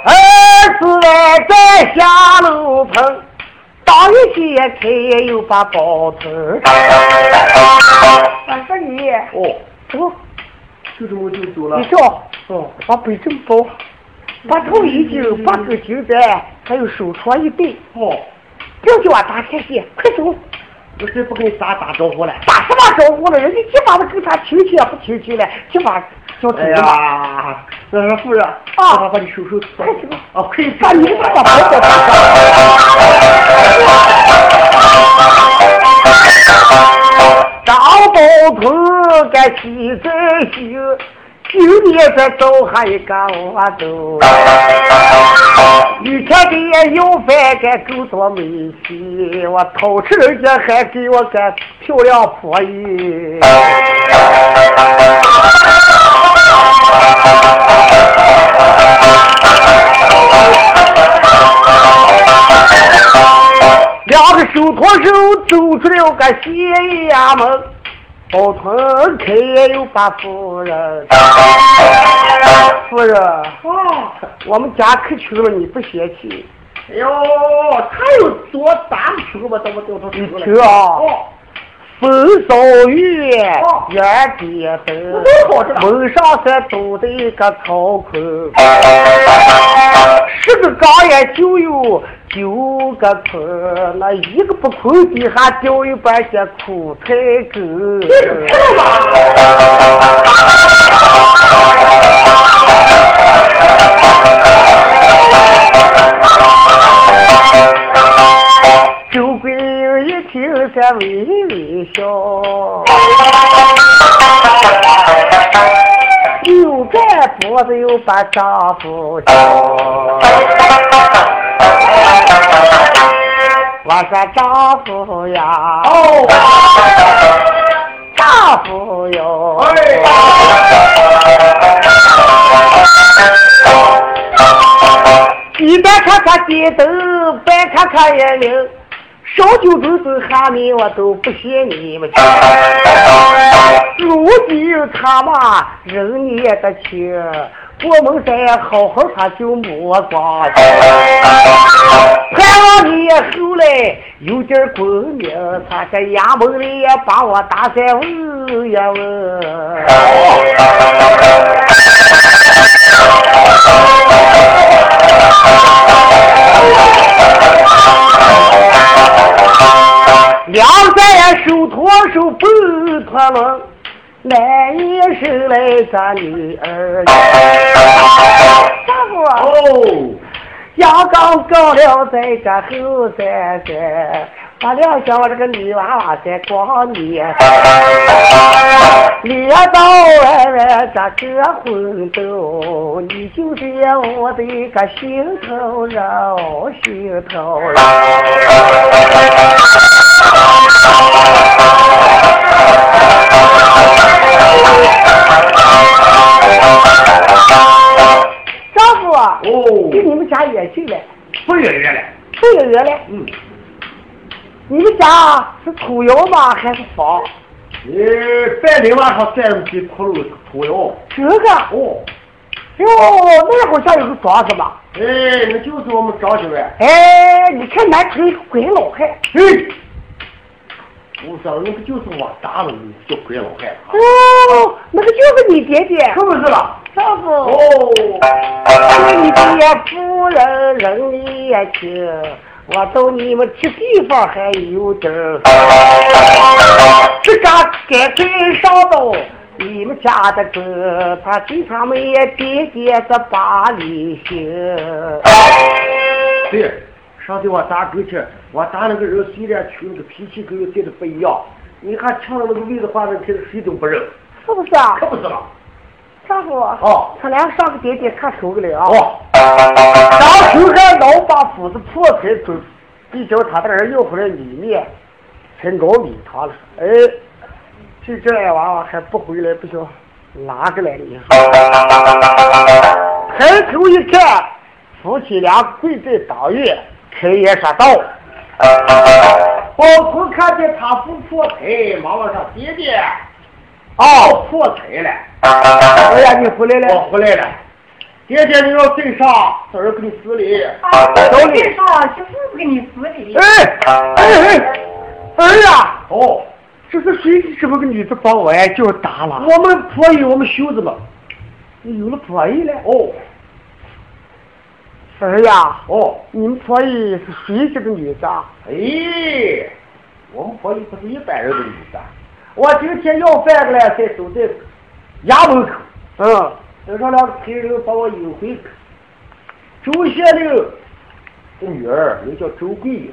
Speaker 1: 儿子来在下楼棚，当一揭开又把包子。
Speaker 4: 我说你，
Speaker 1: 哦，哦，
Speaker 2: 就这么就走了
Speaker 1: 你。说。
Speaker 2: 哦，
Speaker 1: 把北正包，把头一巾，把个巾带，还有手镯一对，
Speaker 2: 哦，
Speaker 1: 不要叫我打太戏，快走！
Speaker 2: 我这不跟咱打招呼了。
Speaker 1: 打什么招呼了？人家这把子跟他亲戚也不亲戚了，这把小土
Speaker 2: 哎
Speaker 1: 的嘛，
Speaker 2: 呀，那说夫人，
Speaker 1: 啊
Speaker 2: 把把你手手
Speaker 1: 快
Speaker 2: 走。
Speaker 1: 走！
Speaker 2: 哦，可以
Speaker 1: 把你这把包给他。张宝头该起在心，今年再走还一个我走。以前的要饭该够多没戏，我偷吃人家还给我个漂亮婆姨。两个手托手走出了个斜衙门，包屯开又把夫人，夫人，
Speaker 2: 哦，
Speaker 1: 我们家可穷了，你不嫌弃？
Speaker 2: 哎呦，他有多大的手吧？怎么掉到手
Speaker 1: 你
Speaker 2: 了？
Speaker 1: 听啊
Speaker 2: 哦，
Speaker 1: 风扫雨，
Speaker 2: 哦
Speaker 1: 远点灯
Speaker 2: 我都好着呢，
Speaker 1: 门上山走的一个曹锟，十个岗也就有九个坑，那一个不空底下掉一半截苦菜根。
Speaker 2: 看吧，
Speaker 1: 周桂英一听才微微笑，扭转脖子又把丈夫叫。我说丈夫呀，
Speaker 2: 哦，
Speaker 1: 丈夫哟，
Speaker 2: 哎，
Speaker 1: 一边看看街灯，边看看眼明，烧酒都是喊你，我都不嫌你们穷。如今他妈人也得去，我们再好好他就没光景。盼望你后来有点功名，他在衙门里也把我打在问呀问。两在手托手奔脱了，男一生来咱女儿。丈夫，
Speaker 2: 哦，
Speaker 1: 杨刚高了在这后山山，我两想我这个女娃娃在光你，你要到外面这个混斗，你就是我的一个心头肉，心头肉。丈夫啊，
Speaker 2: 哦
Speaker 1: 离你们家远近了，
Speaker 3: 不远远了，
Speaker 1: 不远远了。
Speaker 2: 嗯，
Speaker 1: 你们家是土窑吗？还是房？
Speaker 2: 呃，半天晚上站着给窟窿土窑。
Speaker 1: 这个，
Speaker 2: 哦，
Speaker 1: 哟，那好像有个庄子吧？
Speaker 2: 哎，那就是我们张小万。
Speaker 1: 哎，你看南头一个鬼老汉，
Speaker 2: 哎，我说那不就是我打了你叫鬼老汉啊？
Speaker 1: 哦，那个就是你爹爹，
Speaker 2: 是不是了？
Speaker 1: 丈夫。
Speaker 2: 哦，
Speaker 1: 你爹夫人人也轻，我到你们这地方还有点儿。这家该跟上到你们家的哥，他对他们也爹爹这把里行。
Speaker 2: 对，上次我打狗去，我打那个人虽然穷，那个脾气跟人对的不一样。你看抢了那个位子话，那天谁都不认，
Speaker 1: 是不是啊？
Speaker 2: 可不是了。
Speaker 1: 丈夫，
Speaker 2: 哦
Speaker 1: 他俩上个爹爹看手了啊。
Speaker 2: 哦，
Speaker 1: 当时还老把斧子破开，准备叫他的儿要回来里面，才熬米他了。哎，这这俩娃娃还不回来，不行，拿过来了。抬头一看，夫妻俩跪在当月，开言说道。
Speaker 2: 包公看见他不破财，忙问说：“爹爹，
Speaker 1: 哦，
Speaker 2: 破财了，
Speaker 1: 哎呀，你回来
Speaker 2: 我
Speaker 1: 了，
Speaker 2: 回来了。爹爹，你要真上，早日给你死礼。
Speaker 4: 啊，
Speaker 1: 走
Speaker 4: 我
Speaker 1: 你
Speaker 4: 介绍媳妇给你死礼。
Speaker 1: 哎哎哎，儿啊，
Speaker 2: 哦，
Speaker 1: 这是谁？这么个女的把我呀叫打了？
Speaker 2: 我们婆姨，我们袖子嘛。
Speaker 1: 你有了婆姨了？
Speaker 2: 哦
Speaker 1: 儿哎呀，
Speaker 2: 哦，
Speaker 1: 你们婆姨是谁？这个女的啊？
Speaker 2: 哎，我们婆姨不是一般人的女的。我今天要饭了，才走在衙门口，
Speaker 1: 嗯，
Speaker 2: 等上两个陪人把我引回去。周县令的女儿，又叫周桂英。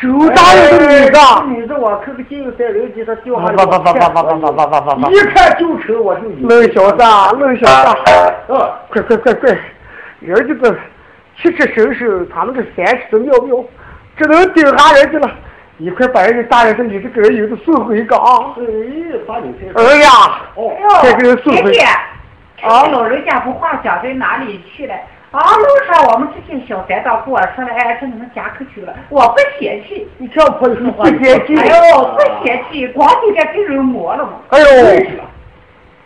Speaker 1: 周大人的女的。啊
Speaker 2: 哎女的我可不信有在人家她掉下来，
Speaker 1: 不不不不不不不不不不
Speaker 2: 一看就成我就有。
Speaker 1: 愣小子，愣小子，啊
Speaker 2: 嗯，
Speaker 1: 快快快快！人家这七尺神手，他们这三尺的妙妙，只能顶下人家了。你快把人家大人的女的给人有的送回岗。
Speaker 2: 哎，把你这
Speaker 1: 儿呀，
Speaker 2: 哦
Speaker 4: 哎呦
Speaker 1: 这个人素质
Speaker 4: 姐姐，啊，老人家不话讲在哪里去了？啊，路上我们这些小宅道跟我说了，哎，这你们家可去了，我不嫌弃。
Speaker 2: 你这样喷出话，
Speaker 1: 不嫌弃
Speaker 4: 哎呦，不嫌弃，光你这给人磨了嘛。
Speaker 1: 哎呦，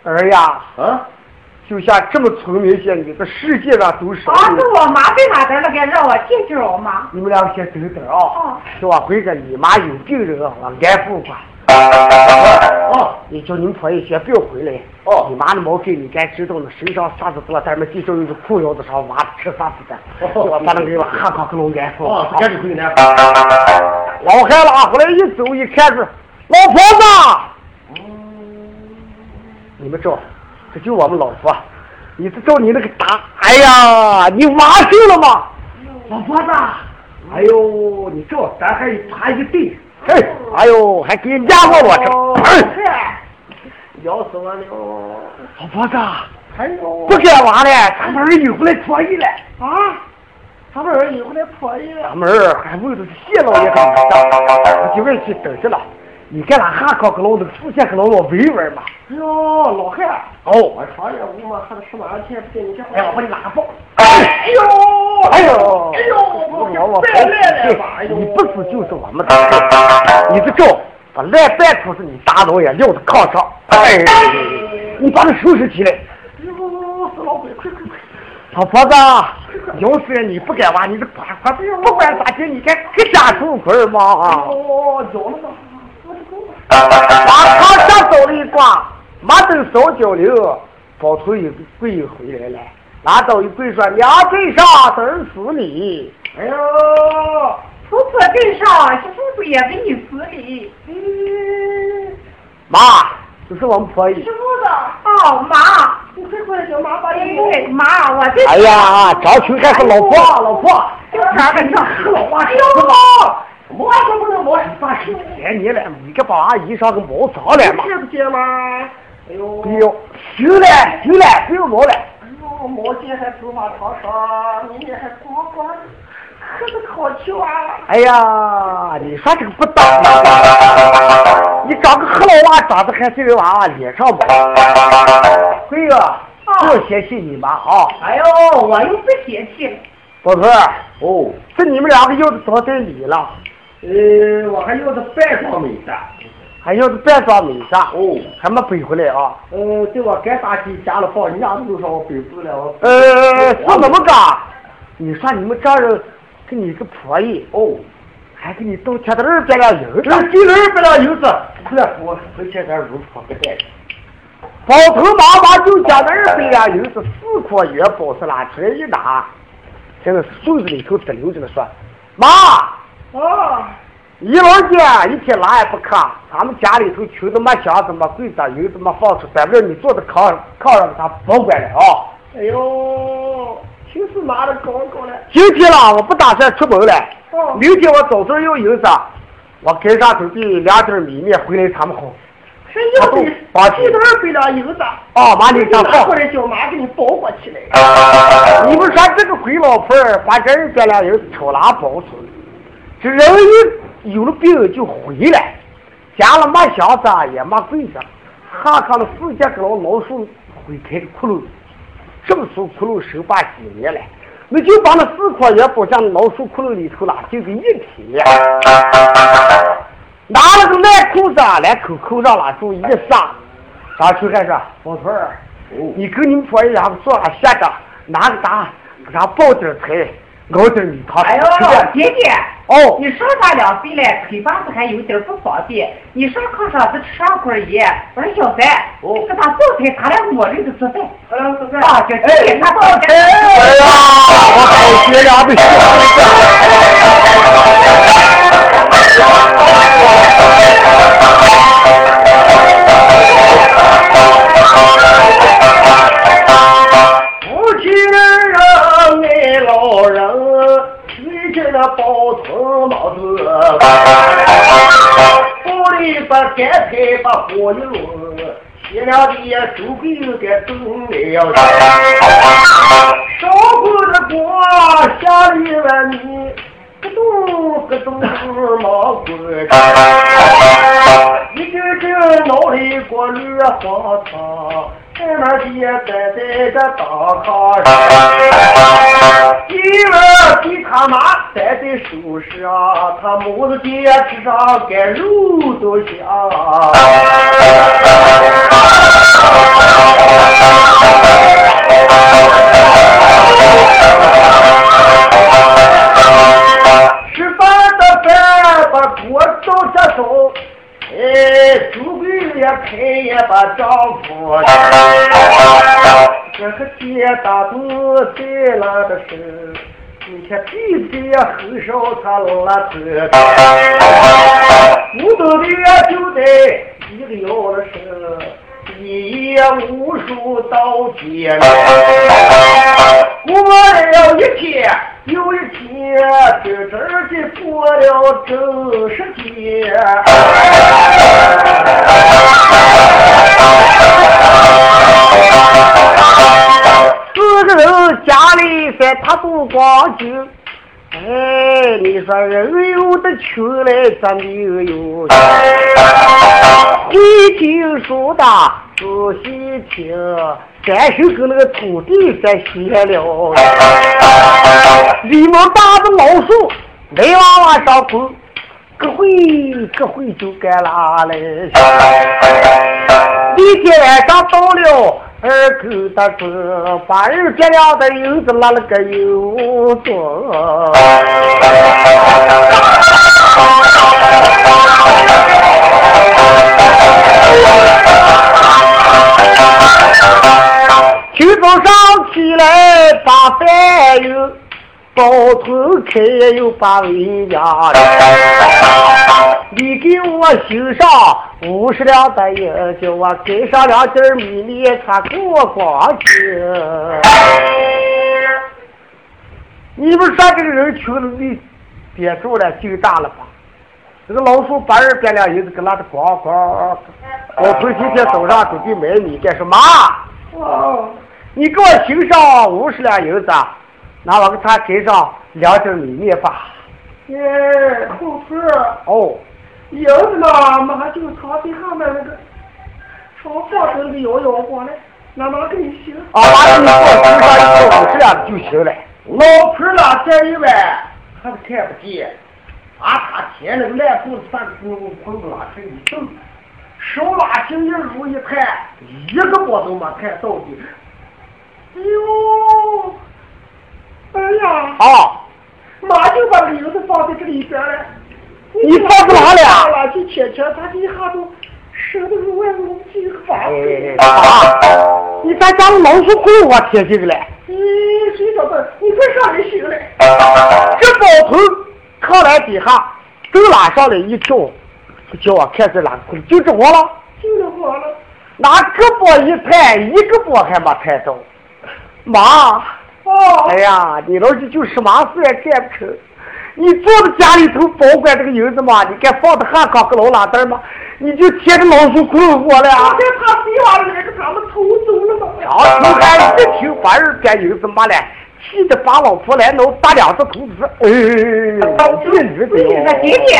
Speaker 1: 儿呀，
Speaker 2: 啊！
Speaker 1: 就像这么聪明些女的，世界上都少
Speaker 4: 啊，是我妈在哪得了个，让我见见我妈。
Speaker 1: 你们俩先等等啊
Speaker 4: 哦，
Speaker 1: 听我回个你妈有病人啊，我安抚吧。
Speaker 2: 哦
Speaker 1: 你叫你们婆姨先不要回来。
Speaker 2: 哦
Speaker 1: 你妈的毛病你该知道了，身上啥子多，咱们地上又是裤腰子上挖的吃啥子的，
Speaker 2: 哦
Speaker 1: 我把那给我喊上给龙安抚。
Speaker 2: 哦，赶紧回来。
Speaker 1: 老汉拉回来一走一看是，老婆子，哦你们照，这就我们老婆，你这照你那个打，哎呀，你娃睡了吗？
Speaker 2: 老婆子，哎呦，你这咱还爬一个地，
Speaker 1: 嘿，哎呦，还给人家过我
Speaker 2: 哦
Speaker 1: 这，哎，
Speaker 2: 咬死我了！
Speaker 1: 老婆子，
Speaker 2: 还有
Speaker 1: 不给娃了，咱们儿引回来脱衣了，
Speaker 2: 啊，他们儿有回来婆姨了。
Speaker 1: 咱们儿还为了谢老爷干的，我就问去等着了，你给俺喊搞个老子，出现个老我维稳嘛，
Speaker 2: 哎呦，老汉，
Speaker 1: 哦，
Speaker 2: 我常也无嘛，还得十万块钱不给你家。
Speaker 1: 哎呀，我把你拉爆。
Speaker 2: 哎呦，
Speaker 1: 哎呦，
Speaker 2: 哎呦，我
Speaker 1: 我我
Speaker 2: 再来了吧！哎呦，
Speaker 1: 你不死就是我们的错，你的咒把赖半处是你大老爷撂到炕上，哎，你把他收拾起来，
Speaker 2: 哎呦，死老鬼，快快快！
Speaker 1: 老婆子，咬死人你不该挖，你这管管不管咋地，你该给家住儿嘛，
Speaker 2: 哦，有了吗？我的狗！
Speaker 1: 把炕上走了一挂，马灯烧焦了，包头一跪回来了，拿刀一跪说娘跪上等死你。
Speaker 2: 哎呦，
Speaker 4: 婆婆镇上，媳妇不也给你死礼？
Speaker 2: 嗯
Speaker 1: 妈，这是我们婆姨
Speaker 4: 媳。妇子，哦妈，
Speaker 2: 你快过来，叫妈把
Speaker 4: 哎
Speaker 2: 你给。
Speaker 4: 妈，我这
Speaker 1: 哎呀，张秋还
Speaker 2: 哎
Speaker 1: 是老婆，老婆，
Speaker 4: 就前面上
Speaker 1: 死老
Speaker 4: 哎
Speaker 1: 哎
Speaker 4: 呦，
Speaker 1: 呦，
Speaker 2: 我怎么能摸你爸手？
Speaker 1: 哎你了，你这把阿姨上个毛脏了嘛？
Speaker 2: 看不见吗？哎呦，
Speaker 1: 哎呦，行了行了，不要闹了。
Speaker 2: 哎呦，毛巾还头发长长，明天还光光的，可是好球啊！
Speaker 1: 哎呀，你说这个不当，你长个黑老娃，长得还是个娃娃脸上吧？辉哥，
Speaker 2: 啊
Speaker 1: 多嫌弃你妈啊！
Speaker 4: 哎呦，我又不嫌弃了。
Speaker 1: 宝贝儿，
Speaker 2: 哦，
Speaker 1: 这你们两个要是早点离了，
Speaker 2: 呃，我还要的半双美的。
Speaker 1: 还要是别装没啥，
Speaker 2: 哦，
Speaker 1: 还没背回来啊？
Speaker 2: 呃，对我该打起家了放，人家路上我背不了。我
Speaker 1: 呃，是怎么个？你说你们丈人跟你个婆姨，
Speaker 2: 哦，
Speaker 1: 还给你倒贴的二百两银
Speaker 2: 这
Speaker 1: 子，
Speaker 2: 今儿不了油子，快我回去咱如床个带。
Speaker 1: 包头妈妈就将那二百两银子四块元宝是拿出来一拿，现在袖子里头直溜着呢，说：“妈，
Speaker 2: 啊，
Speaker 1: 一老姐一天哪也不看，咱们家里头穷的没箱子没柜子有的没放出，咱不你坐在炕上炕上给他保管了啊。
Speaker 2: 哎呦，平时拿的高高的。
Speaker 1: 今天啦，我不打算出门了，
Speaker 2: 哦
Speaker 1: 明天我早早要银子，我给上准备两点米面回来咱们好。
Speaker 2: 是要的，这都是背了油子，
Speaker 1: 哦，妈，你
Speaker 2: 你
Speaker 1: 上
Speaker 2: 拿
Speaker 1: 放
Speaker 2: 过。来叫妈给你包裹起来。
Speaker 1: 你们说这个鬼老婆儿把这人家俩人抽拉包出来，这人一有了病就回来，家了没箱子也没柜子，看看了四家给老老鼠会开个窟窿，这么粗窟窿手把几年了，你就把那四块元宝向老鼠窟窿里头了，就给一体了。拿了个烂裤子啊来口口上了，就一撒，然后就开始说老头儿，你跟你们婆家做个下个，拿个啥给他抱点菜，熬点米汤。
Speaker 4: 哎呦
Speaker 1: 就这，样
Speaker 4: 姐姐，
Speaker 1: 哦，
Speaker 4: 你上咱两岁了，腿膀子还有点不方便，你上炕上是吃上块盐。我说小三，给他做菜，咱俩我这个做饭。啊，就姐姐他做
Speaker 1: 哎
Speaker 4: 菜。
Speaker 1: 呀，我感觉呀，被吓
Speaker 2: 夫妻人让你老人，你这那包头帽子，不里把干菜把火一抡，西凉的也手背有点冻了，烧锅的锅下里碗米，咯咚咯咚冒滚。一阵阵脑里过绿黄汤，这那爹在在这当炕上，一碗比他妈在在手上，他母子爹吃上该肉都香。吃饭的饭把锅倒下手，哎，竹柜也开也把丈夫，这个爹打肚谁拉的手？你看弟弟也很少他老了头，五斗的就得一个腰了手，一夜无数刀尖。过了一天又一天，这阵儿的过了正十天。
Speaker 1: 四个人家里在他不光景，哎，你说人有的穷来咱没有，会听书的仔细听，咱是跟那个土地在闲聊。李毛大的老树没娃娃上坡，各会各会就该拉嘞。一天晚上到了二狗的村，把二爹俩的油子拉了个油庄。清早上起来把饭油，包头开又把围家你给我修上五十两的银子，我给上两斤儿米粒，他给我光去。你们说这个人穷的，你憋住了，劲大了吧？这个老鼠把人变两银子，给拉的咣咣。我头今天早上准备买米，干什么？你给我行上五十两银子，那我给他给上两斤米面吧。
Speaker 2: 哎，后头
Speaker 1: 哦，
Speaker 2: 影子嘛，妈就藏在下面那个床放着个摇摇晃嘞，那妈给你行。
Speaker 1: 啊，把你给我行上一个五十两就行了。
Speaker 2: 老婆了这一碗，他都看不见。啊，他天那个烂裤子，他给我捆不拉开一蹬，手拉筋一撸一看，一个我都没看到底。哎呦，哎呀，
Speaker 1: 啊，
Speaker 2: 妈就把铃子放在这里边了。
Speaker 1: 你放哪里啊
Speaker 2: 了，去前前，他这一下都舌头都外面进发了。
Speaker 1: 啊，你在家老鼠会我贴这个来，
Speaker 2: 咦，谁找的？你快上来行嘞！
Speaker 1: 这老头靠来底下，正拉上来一跳，叫我看这哪个就这我了，
Speaker 2: 救了我了。
Speaker 1: 拿胳膊一抬，一个膊还没抬着，妈。
Speaker 2: 哦
Speaker 1: 哎，呀，你老是就什么事也干不成。你坐在家里头保管这个银子嘛，你该放的汉岗个老拉蛋嘛，你就贴着老鼠棍儿活了
Speaker 2: 我
Speaker 1: 呀
Speaker 2: 在。他地娃了，给咱们偷走了嘛。
Speaker 1: 然后头还一听把人干银子嘛嘞，气得把老婆来挠打两只头子，哎呦，这女的
Speaker 4: 那姐
Speaker 1: 哟，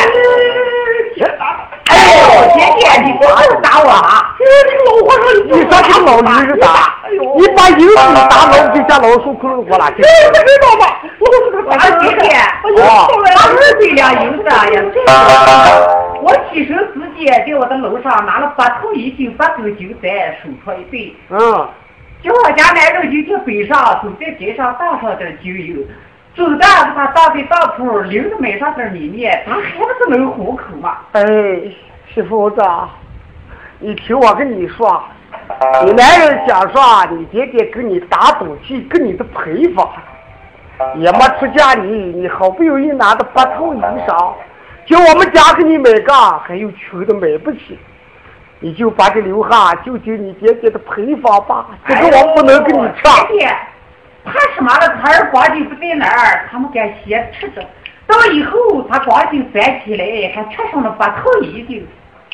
Speaker 4: 姐，
Speaker 2: 哎，
Speaker 4: 哎呦，姐姐，你不是打我啊？
Speaker 2: 这个老
Speaker 1: 我说你哎说这个老驴是咋？你把银子打老给家老鼠窟窿过了，这
Speaker 2: 不知道吧？我
Speaker 4: 我说姐姐，
Speaker 1: 哦
Speaker 4: 他二百两银子啊，也真是。我起身直接在我的楼上拿了八头一斤八根韭菜，手锉一对，
Speaker 1: 嗯，
Speaker 4: 叫我家男人就去北上，走在街上倒上点酒油，走到他倒的当铺，领着买上点米面，他还不是能糊口嘛？
Speaker 1: 哎，媳妇子啊，你听我跟你说，你男人想说啊你爹爹跟你打赌气，跟你的赔法，也没出嫁你，你好不容易拿的八套衣裳，就我们家给你买个，还有穷的买不起。你就把这留下，就就你爹爹的赔法吧，这个我不能跟你唱。
Speaker 4: 姐姐，怕什么了？他儿光景不在哪儿，他们敢先吃着。到以后他光景转起来，还吃上了八套衣斤。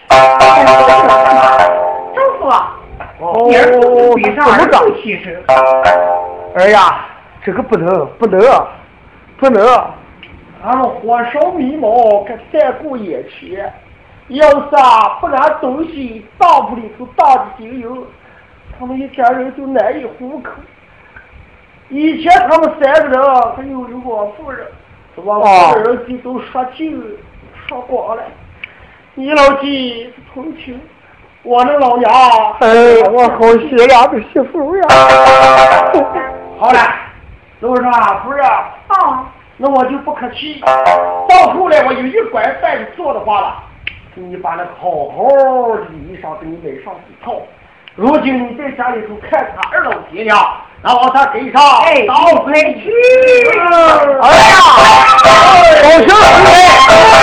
Speaker 4: 哎我说干嘛丈夫啊，
Speaker 1: 哦
Speaker 4: 你儿子比上
Speaker 1: 怎
Speaker 4: 儿
Speaker 1: 么着？
Speaker 4: 子其实，
Speaker 1: 哎呀，这个不能，不能，不能！
Speaker 2: 俺们火烧眉毛，可三顾眼前。要是啊，不然东西当铺里头倒的精油，他们一家人就难以糊口。以前他们三个人啊，还有一个夫人，这帮
Speaker 1: 哦
Speaker 2: 夫人就都说尽说光了。你老几是同情，我那老娘啊，
Speaker 1: 哎，我好心凉的媳妇呀！
Speaker 2: 好了，楼上啊，夫人啊，
Speaker 4: 啊，
Speaker 2: 那我就不客气。到后来我有一拐半的做的话了，你把那个好好的衣裳给你买上几套。如今你在家里头看他二老爹娘，然后他给上
Speaker 4: 哎，
Speaker 2: 倒
Speaker 4: 回去。
Speaker 1: 哎呀，好生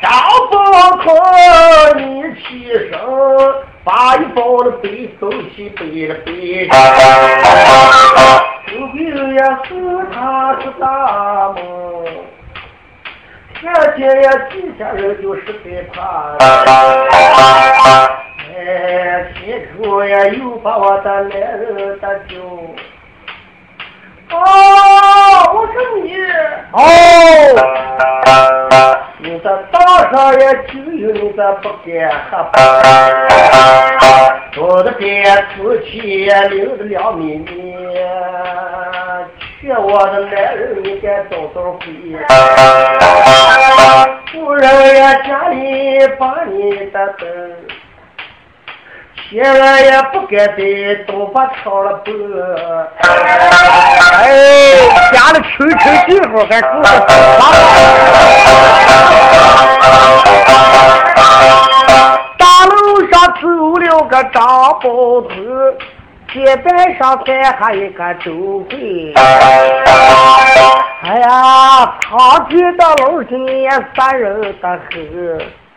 Speaker 2: 张不可你起身，把一包的背东西背了背着。刘备也是他是大梦，这些呀几家人就是给他。哎，铁口呀又把我的男人打酒。哦，我说你。
Speaker 1: 哎哦，
Speaker 2: 你这大少爷酒有你这不敢喝，走的边出去留着两米面，劝我的男人你该早早回。夫人呀，家里把你的灯，千万也不该得都把吵了不。
Speaker 1: 哎，家里吃吃地方还住着房大路上走了个张包子，街边上站下一个周慧。哎呀，长街的楼今年三人的很，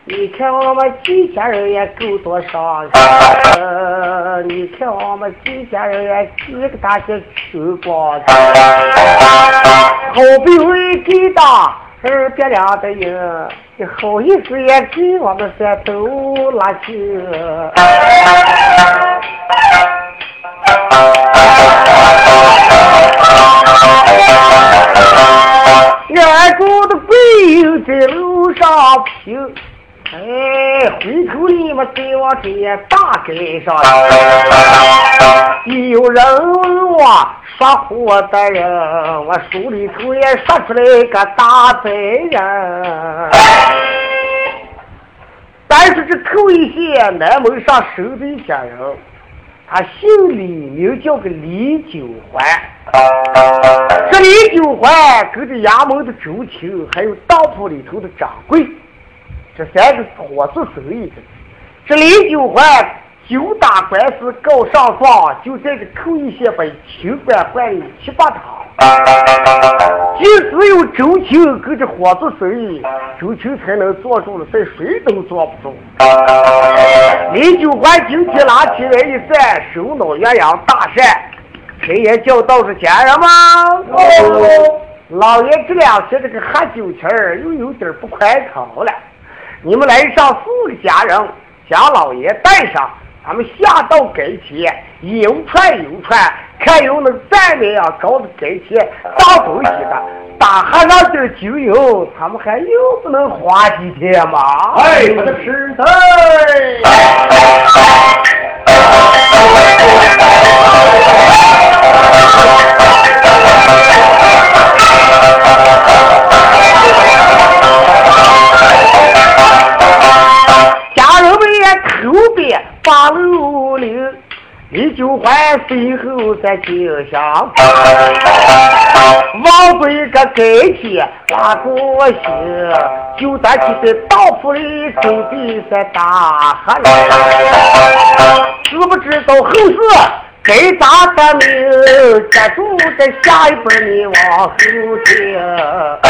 Speaker 1: 你看我们几家人也够多伤心、呃你看我们几家人也几个大些穷光子，好比会给的二百两的银，你好意思也给我们三都拉去。俺姑的背影在路上平，哎，回头你们给我这大街上，有人问我说话的人，我手里头也说出来个大贼人。但是这寇一些南门上守的一家人，他姓李，名叫个李九环。这李九环跟着衙门的周青，还有当铺里头的掌柜，这三个伙做生意的。这李九环久打官司告上状，就在这寇一些把清官换了七八堂。即只有周青跟着伙做生意，周青才能坐住了，这谁都坐不住。林九环今天拿起来一扇手脑鸳鸯大扇，谁也叫道士家人吗？哦，老爷这两天这个喝酒气儿又有点不宽敞了。你们来上四个家人，将老爷带上，俺们下到跟前，有串有串，看有那站的呀，啊搞的跟前当东西的，打哈上点酒以后，他们还又不能花几天嘛？
Speaker 2: 哎，我的师太，
Speaker 1: 家人们也口边八路零，李九环随后在京乡，往北个跟前拉过行，就咱起的道铺里准备在打哈了，知不知道后事？给咱的命，咱住在下一辈你往后听。